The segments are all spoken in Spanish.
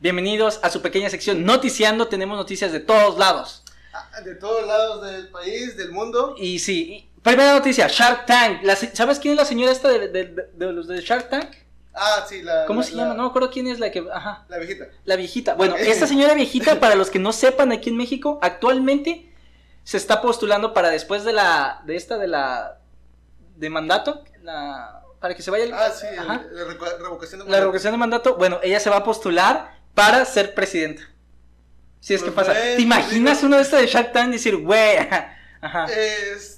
Bienvenidos a su pequeña sección Noticiando. Tenemos noticias de todos lados. Ah, De todos lados del país, del mundo. Y sí, y- primera noticia, Shark Tank. La se- ¿Sabes quién es la señora esta de, de- de- de los de Shark Tank? Ah, sí, la. ¿Cómo la- se la- llama? No me acuerdo quién es la que... Ajá. La viejita. La viejita. Bueno, Ok. esta señora viejita, para los que no sepan aquí en México, actualmente se está postulando para después de la... de esta, de la... de mandato, la- para que se vaya... el- Ah, sí, el- ajá. la recu- revocación de La revocación de mandato, bueno, ella se va a postular para ser presidenta. Si es que Pues, pasa. güey, ¿Te imaginas digo- uno de estos de Shark Tank decir, güey, ajá, ajá, Es.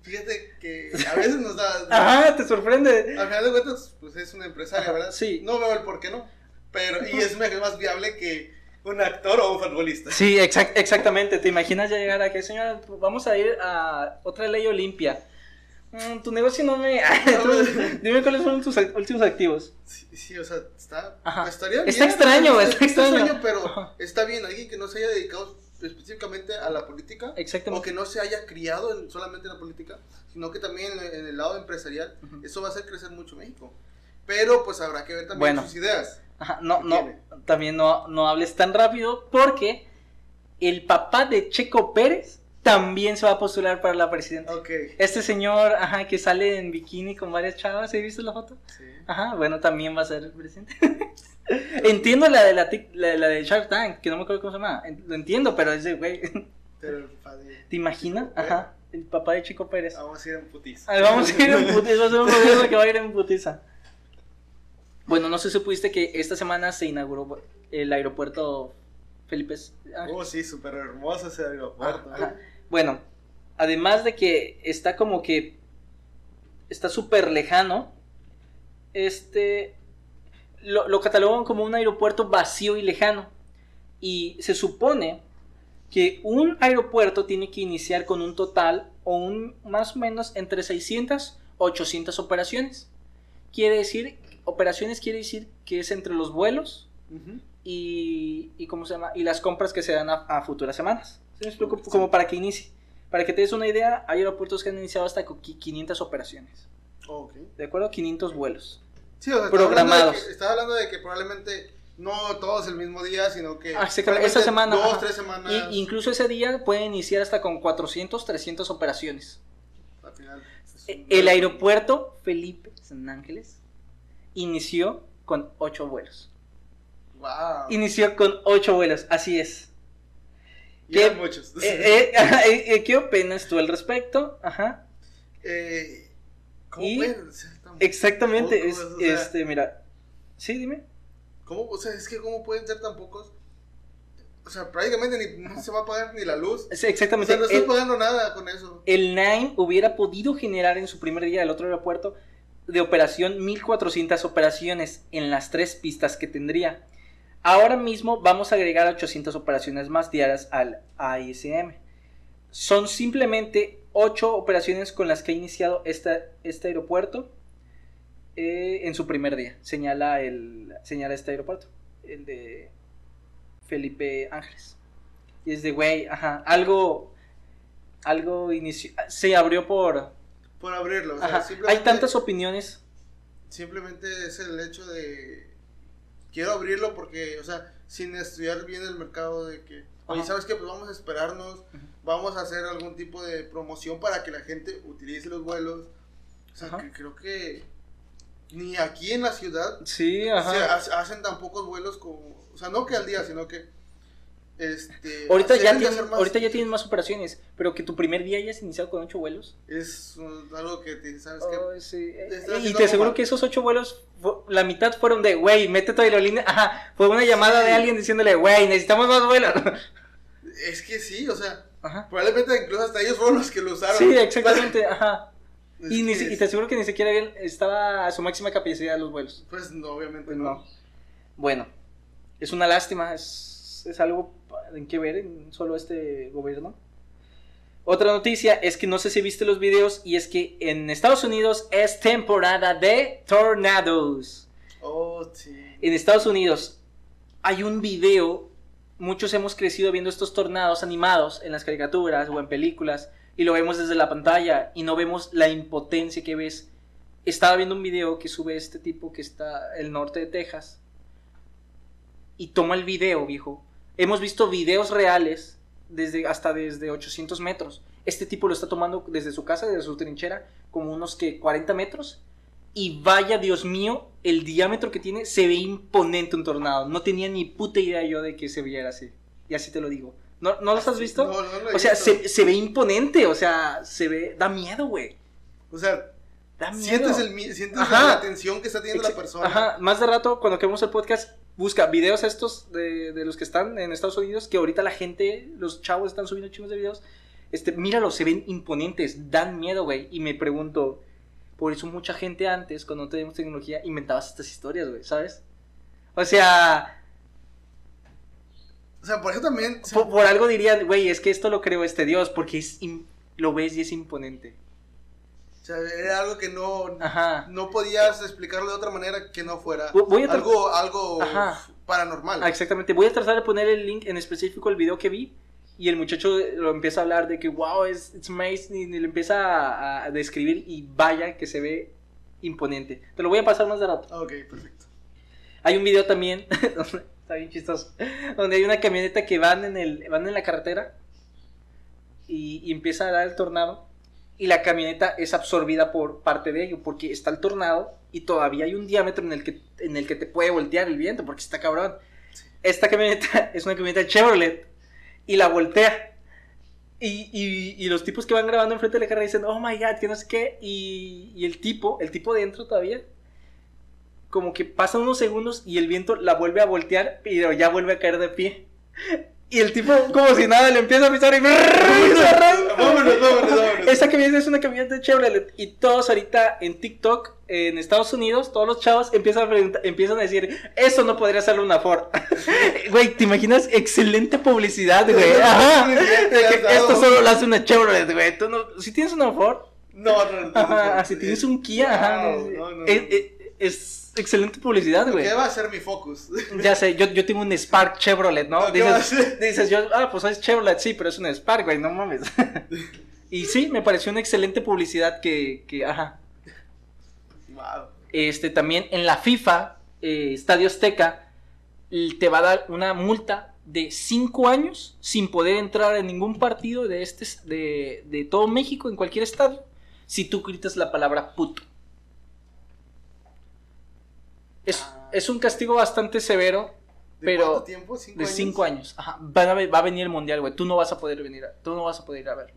Fíjate que a veces nos da. ajá, te sorprende? Al final de cuentas, pues es una empresaria, Ajá, ¿verdad? sí. No veo el por qué no. Pero, y es me- más viable que un actor o un futbolista. Sí, exact- exactamente. ¿Te imaginas ya llegar a que, señora, vamos a ir a otra ley Olimpia? Mm, tu negocio no me... Tú- dime cuáles fueron tus act- últimos activos. Sí, sí, o sea, está. Ajá. Estaría bien. Está extraño, güey, está extraño. Ajá. Pero está bien, alguien que no se haya dedicado específicamente a la política. O Exactamente. que no se haya criado en- solamente en la política, sino que también en, en el lado empresarial. Ujú. Eso va a hacer crecer mucho México. Pero pues habrá que ver también Bueno. sus ideas. Ajá, no, ¿Qué no, tiene? también no, no hables tan rápido porque el papá de Checo Pérez también se va a postular para la presidencia. Ok. Este señor, ajá, que sale en bikini con varias chavas, ¿he visto la foto? Sí. Ajá, bueno, también va a ser el presidente. entiendo la de la, tic- la, la de Shark Tank, que no me acuerdo cómo se llama. En- Lo entiendo, pero es de, güey, Pero padre, ¿te imaginas? Ajá, el papá de Checo Pérez. vamos a ir en putis. Ay, vamos a ir en putiza, va a ser un gobierno que va a ir en putiza. Bueno, no sé si supiste que esta semana se inauguró eh, el aeropuerto Felipe. S- ah, Oh, sí, súper hermoso ese aeropuerto. ajá. Bueno, además de que está como que está súper lejano, este lo, lo catalogan como un aeropuerto vacío y lejano. Y se supone que un aeropuerto tiene que iniciar con un total o un más o menos entre 600 o 800 operaciones. Quiere decir, operaciones quiere decir que es entre los vuelos Ujú. y, y cómo se llama y las compras que se dan a, a futuras semanas. ¿Sí me explico? Como para que inicie. Para que te des una idea, hay aeropuertos que han iniciado hasta con qui- 500 operaciones. Ok. ¿De acuerdo? 500 vuelos. Sí, o sea, Programados. Estás hablando de que probablemente no todos el mismo día, sino que. Ah, sí, probablemente esa semana, Dos, ajá. tres semanas. Y, incluso ese día pueden iniciar hasta con 400, 300 operaciones. al final, es un- E- El aeropuerto Felipe San Ángeles inició con 8 vuelos. Wow. Inició con 8 vuelos, así es. Y eran ¿Qué? muchos. Eh, eh, ajá, eh, eh, ¿Qué opinas tú al respecto? Ajá. Eh, ¿Cómo Y- pueden ser tan- Exactamente. Pocos, es- o sea- este, mira. Sí, dime. ¿Cómo? O sea, es que ¿cómo pueden ser tan pocos? O sea, prácticamente ni, no se va a pagar ni la luz. Sí, O exactamente. eh sea, no el, estás pagando nada con eso. el Nine hubiera podido generar en su primer día del otro aeropuerto de operación 1400 operaciones en las tres pistas que tendría. Ahora mismo vamos a agregar 800 operaciones más diarias al ASM. Son simplemente 8 operaciones con las que ha iniciado esta- este aeropuerto eh, en su primer día. Señala, el, señala este aeropuerto, el de Felipe Ángeles. Y es de, güey, ajá, algo, algo inició, se abrió por... Por abrirlo. O sea, ajá, simplemente, Hay tantas opiniones. Simplemente es el hecho de. Quiero abrirlo porque, o sea, sin estudiar bien el mercado de que. Oye, Ajá. ¿sabes qué? Pues vamos a esperarnos. Vamos a hacer algún tipo de promoción para que la gente utilice los vuelos. O sea, Ajá. que creo que. Ni aquí en la ciudad Sí, se ajá. ha- hacen tan pocos vuelos como, o sea, no que al día, sino que este ahorita, se ya deben de tienen, hacer más. ahorita ya tienen más operaciones, pero que tu primer día hayas iniciado con 8 vuelos. es uh, algo que te dicen, sabes Oh, que sí. Te estás Y haciendo te aseguro mal. que esos 8 vuelos, fu- la mitad fueron de, güey, métete a aerolínea. Ajá, fue una llamada Sí. de alguien diciéndole, güey, necesitamos más vuelos. es que sí, o sea, Ajá. probablemente incluso hasta ellos fueron los que lo usaron. Sí, exactamente, ajá. Es Y, ni que si- y es- te aseguro que ni siquiera bien estaba a su máxima capacidad los vuelos. pues no, obviamente Pues no. no. Bueno, es una lástima, es, es algo pa- en que ver en solo este gobierno. Otra noticia es que no sé si viste los videos y es que en Estados Unidos es temporada de tornados. Oh, sí. En Estados Unidos hay un video, muchos hemos crecido viendo estos tornados animados en las caricaturas o en películas y lo vemos desde la pantalla y no vemos la impotencia que ves. Estaba viendo un video que sube este tipo que está el norte de Texas y toma el video, viejo. Hemos visto videos reales desde, hasta desde 800 metros. Este tipo lo está tomando desde su casa, desde su trinchera, como unos que 40 metros. Y vaya, Dios mío, el diámetro que tiene se ve imponente un tornado. No tenía ni puta idea yo de que se viera así. Y así te lo digo. ¿No, ¿no los has visto? No, no lo he o sea, visto. se, se ve imponente, o sea, se ve... Da miedo, güey. O sea, Da miedo. sientes, el, mi- sientes Ah, Ajá. la tensión que está teniendo la Ex- persona. Ajá, más de rato, cuando acabemos el podcast, busca videos estos de, de los que están en Estados Unidos, que ahorita la gente, los chavos están subiendo chingos de videos. Este, míralos, se ven imponentes, dan miedo, güey. Y me pregunto, por eso mucha gente antes, cuando no teníamos tecnología, inventabas estas historias, güey, ¿sabes? O sea, O sea, por eso también. po- por, algo dirían, güey, es que esto lo creó este Dios, porque es im- lo ves y es imponente. o sea, era algo que no, Ajá. no podías explicarlo de otra manera que no fuera Vo- Voy a tra- algo, algo Ajá. paranormal. Ah, exactamente. Voy a tratar de poner el link en específico al video que vi. Y el muchacho lo empieza a hablar de que, wow, es it's amazing. Y lo empieza a, a describir y vaya que se ve imponente. Te lo voy a pasar más de rato. Ah, Ok, perfecto. Hay un video también, donde- está bien chistoso, donde hay una camioneta que van en, el, van en la carretera y, y empieza a dar el tornado y la camioneta es absorbida por parte de ello, porque está el tornado y todavía hay un diámetro en el que, en el que te puede voltear el viento, porque está cabrón. Esta camioneta es una camioneta Chevrolet y la voltea. Y, y- y los tipos que van grabando enfrente de la carretera dicen, oh my god, que no sé qué. Y, y el tipo, el tipo dentro todavía, como que pasan unos segundos y el viento la vuelve a voltear, pero ya vuelve a caer de pie. Y el tipo, como si nada, le empieza a pisar y se arranca. Vámonos, vámonos, vámonos. Esa camioneta es una camioneta de Chevrolet y todos ahorita en TikTok, en Estados Unidos, todos los chavos empiezan a, preguntar- empiezan a decir, eso no podría ser una Ford. Güey, ¿te imaginas? Excelente publicidad, este, güey. Ajá. De que Esto solo lo hace una Chevrolet, güey. Tú no- si tienes una Ford, No, no, no, no. ajá, ah, no. si tienes un Kia, ajá, Wow, es- no, no, es, no. es- es excelente publicidad, güey. ¿Qué va a ser mi focus? Ya sé, yo, yo tengo un Spark Chevrolet, ¿no? ¿Qué va a Dices, ser? dices yo, ah, pues es Chevrolet, sí, pero es un Spark, güey, no mames. y sí, me pareció una excelente publicidad que, que ajá. Wow. Este, también en la FIFA, eh, Estadio Azteca, l- te va a dar una multa de 5 años sin poder entrar en ningún partido de, este, s- de, de todo México, en cualquier estadio, si tú gritas la palabra puto. Es, es un castigo bastante severo ¿De Pero- cuánto tiempo? ¿Cinco de años? 5 años. Ajá. Van a ver- va a venir el mundial, güey. Tú no vas a poder venir. a- tú no vas a poder ir a verlo.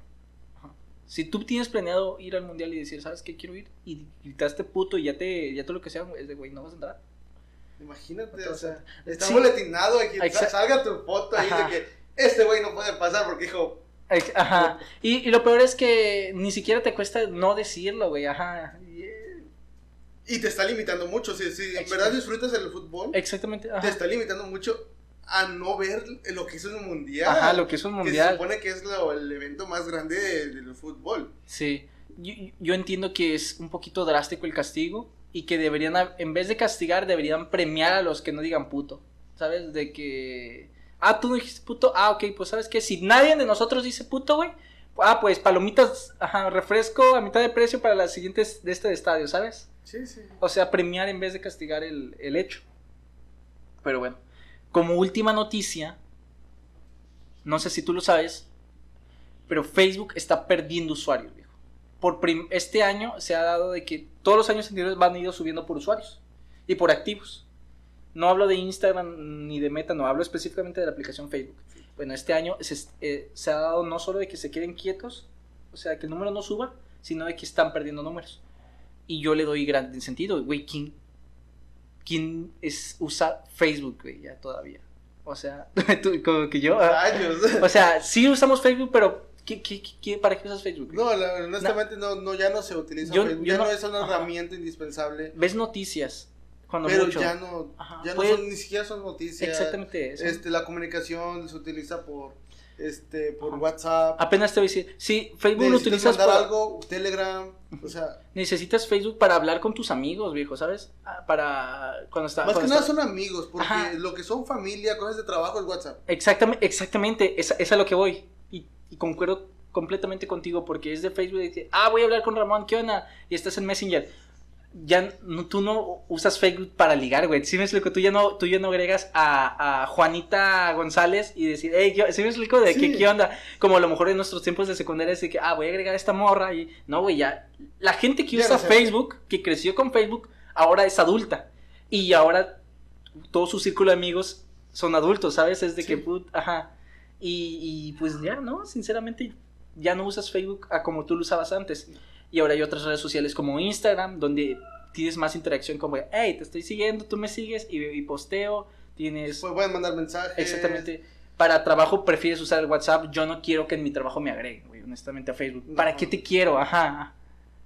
Ajá. Si tú tienes planeado ir al mundial y decir, ¿sabes qué? Quiero ir. Y gritaste puto y ya te, ya todo lo que sea, güey, es de, güey, no vas a entrar. Imagínate, o Entonces, sea, está sí. boletinado aquí. Exacto. Salga tu foto ahí Ajá. de que este güey no puede pasar porque dijo, Ex- Ajá. Y, y lo peor es que ni siquiera te cuesta no decirlo, güey. Ajá. Y, eh, y te está limitando mucho. Si, si en Exacto. verdad disfrutas el fútbol, Exactamente. te Ajá. está limitando mucho a no ver lo que es un mundial. Ajá, lo que es un Que se mundial. supone que es lo- el evento más grande de- del fútbol. Sí, yo, yo entiendo que es un poquito drástico el castigo y que deberían, hab- en vez de castigar, deberían premiar a los que no digan puto. ¿Sabes? De que, ah, tú no dijiste puto, ah, ok, pues sabes que si nadie de nosotros dice puto, güey, ah, pues palomitas, ajá, refresco a mitad de precio para las siguientes de este estadio, ¿sabes? Sí, sí. O sea, premiar en vez de castigar el, el hecho. Pero bueno, como última noticia, no sé si tú lo sabes, pero Facebook está perdiendo usuarios, viejo. Por prim- este año se ha dado de que todos los años anteriores van ido subiendo por usuarios y por activos. No hablo de Instagram ni de Meta, no hablo específicamente de la aplicación Facebook. Bueno, este año se, est- eh, se ha dado no solo de que se queden quietos, o sea, que el número no suba, sino de que están perdiendo números y yo le doy gran sentido, güey, ¿quién, quién es, usa Facebook, güey, ya todavía? O sea, tú, como que yo, ah, Rayos. o sea, sí usamos Facebook, pero ¿qué, qué, qué- qué- para qué usas Facebook? güey? No, la- honestamente no, no, ya no se utiliza. Yo- Facebook, yo ya no, no- es una ajá. herramienta indispensable. Ves noticias, cuando pero mucho. ya no, Ajá, ya no puede- son- ni siquiera son noticias. Exactamente eso. Este, la comunicación se utiliza por, este, por Ajá. WhatsApp. Apenas te voy a decir, sí, Facebook lo Necesitas utilizas mandar para- algo, Telegram, o sea, Necesitas Facebook para hablar con tus amigos, viejo, ¿sabes? Ah, Para cuando está... más que cuando nada está- son amigos, porque Ah, Ajá. lo que son familia, cosas de trabajo es WhatsApp. Exactamente, exactamente, es, es a lo que voy. Y, y concuerdo completamente contigo porque es de Facebook y dice, ah, voy a hablar con Ramón, ¿qué onda? Y estás en Messenger. ya no, tú no usas Facebook para ligar, güey. Sí me explico, tú ya no, tú ya no agregas a, a Juanita González y decir, hey, yo, sí me explico de qué, Sí. qué onda. Como a lo mejor en nuestros tiempos de secundaria es de que, ah, voy a agregar a esta morra y no, güey, ya. La gente que Ya usa no se ve. Facebook, que creció con Facebook, ahora es adulta. Y ahora todo su círculo de amigos son adultos, ¿sabes? Es de que, Sí. put, ajá. Y, y, pues ya, ¿no? Sinceramente, ya no usas Facebook a como tú lo usabas antes. Y ahora hay otras redes sociales como Instagram, donde tienes más interacción como, hey, te estoy siguiendo, tú me sigues y, y posteo. Tienes, Pues pueden mandar mensajes. exactamente, para trabajo prefieres usar el WhatsApp. Yo no quiero que en mi trabajo me agreguen, güey, honestamente, a Facebook. ¿Para No. qué te quiero? Ajá.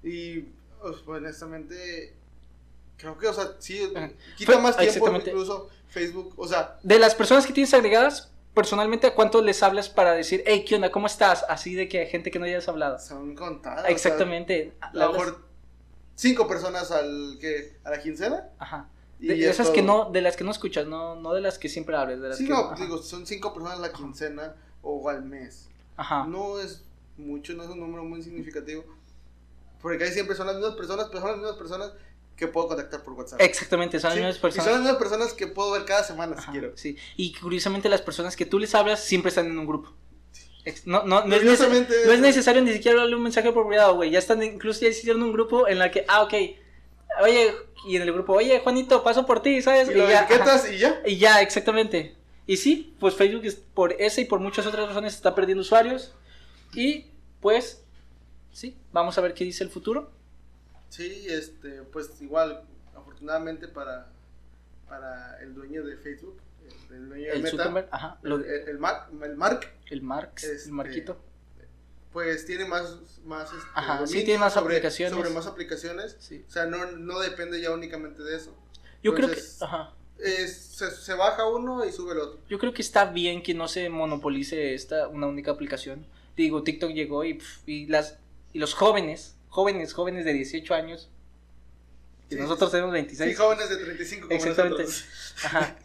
Y pues, honestamente, creo que, o sea, sí, Ajá. quita Fue- más tiempo exactamente. incluso Facebook. O sea, De las personas que tienes agregadas, personalmente, ¿a cuánto les hablas para decir, hey, ¿qué onda? ¿Cómo estás? Así de que hay gente que no hayas hablado. son contadas. Ah, o sea, Exactamente. a Le lo hablas- mejor cinco personas al que a la quincena. Ajá. Y De, de es esas todo. que no, de las que no escuchas, no, no de las que siempre hables, de las Sí, que no, ajá, digo, son cinco personas a la quincena o al mes. ajá. No es mucho, no es un número muy significativo. Porque ahí siempre son las mismas personas, pero son las mismas personas que puedo contactar por WhatsApp. Exactamente, son Sí, las mismas Y son personas. las mismas personas que puedo ver cada semana si Ajá, quiero. sí. Y curiosamente las personas que tú les hablas siempre están en un grupo. Ex- No, no, no, es, neces- Curiosamente, no es necesario ni siquiera darle un mensaje por privado, güey. Ya están, incluso ya hicieron un grupo en la que, ah, ok, oye, y en el grupo, oye, Juanito, paso por ti, ¿sabes? y lo ya, ajá. etiquetas y ya. Y ya, exactamente. Y sí, pues Facebook es- por esa y por muchas otras razones está perdiendo usuarios. Y pues, sí, vamos a ver qué dice el futuro. Sí, este, pues igual, afortunadamente para, para el dueño de Facebook, el, el dueño de El Meta, Zuckerberg, ajá, lo el, de- el Mark, el Mark, el Marx, este, el Marquito. pues tiene más, más este, Ajá, sí, dominio tiene más sobre, aplicaciones. sobre más aplicaciones. Sí. O sea, no, no depende ya únicamente de eso. Yo Entonces- creo que, ajá, Es- se, se baja uno y sube el otro. yo creo que está bien que no se monopolice esta una única aplicación. Digo, TikTok llegó y, pf, y las y los jóvenes, jóvenes, jóvenes de 18 años, que Sí, nosotros tenemos Sí, 26. jóvenes de 35 como Exactamente. nosotros. Ajá.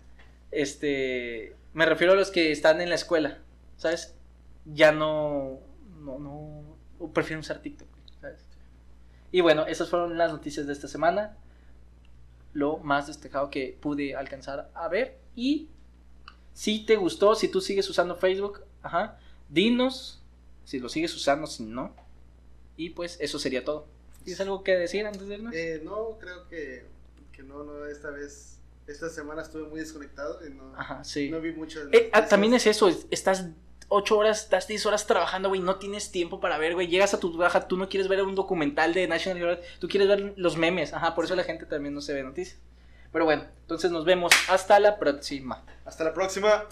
Este, me refiero a los que están en la escuela, ¿sabes? Ya no, no, no, o prefieren usar TikTok, ¿sabes? Y bueno, esas fueron las noticias de esta semana. Lo más destacado que pude alcanzar a ver. Y si te gustó, si tú sigues usando Facebook, ajá, dinos si lo sigues usando, si no. Y pues eso sería todo. ¿Tienes algo que decir antes de irnos? Eh, no, creo que, que no, no, esta vez, esta semana estuve muy desconectado y no, Ajá, sí. no vi muchas Ah. Eh, ah, noticias. también es eso, es- estás 8 horas, estás 10 horas trabajando, güey, no tienes tiempo para ver, güey, llegas a tu baja, tú no quieres ver un documental de National Geographic, tú quieres ver los memes, ajá, por eso la gente también no se ve noticias. Pero bueno, entonces nos vemos, hasta la próxima. Hasta la próxima.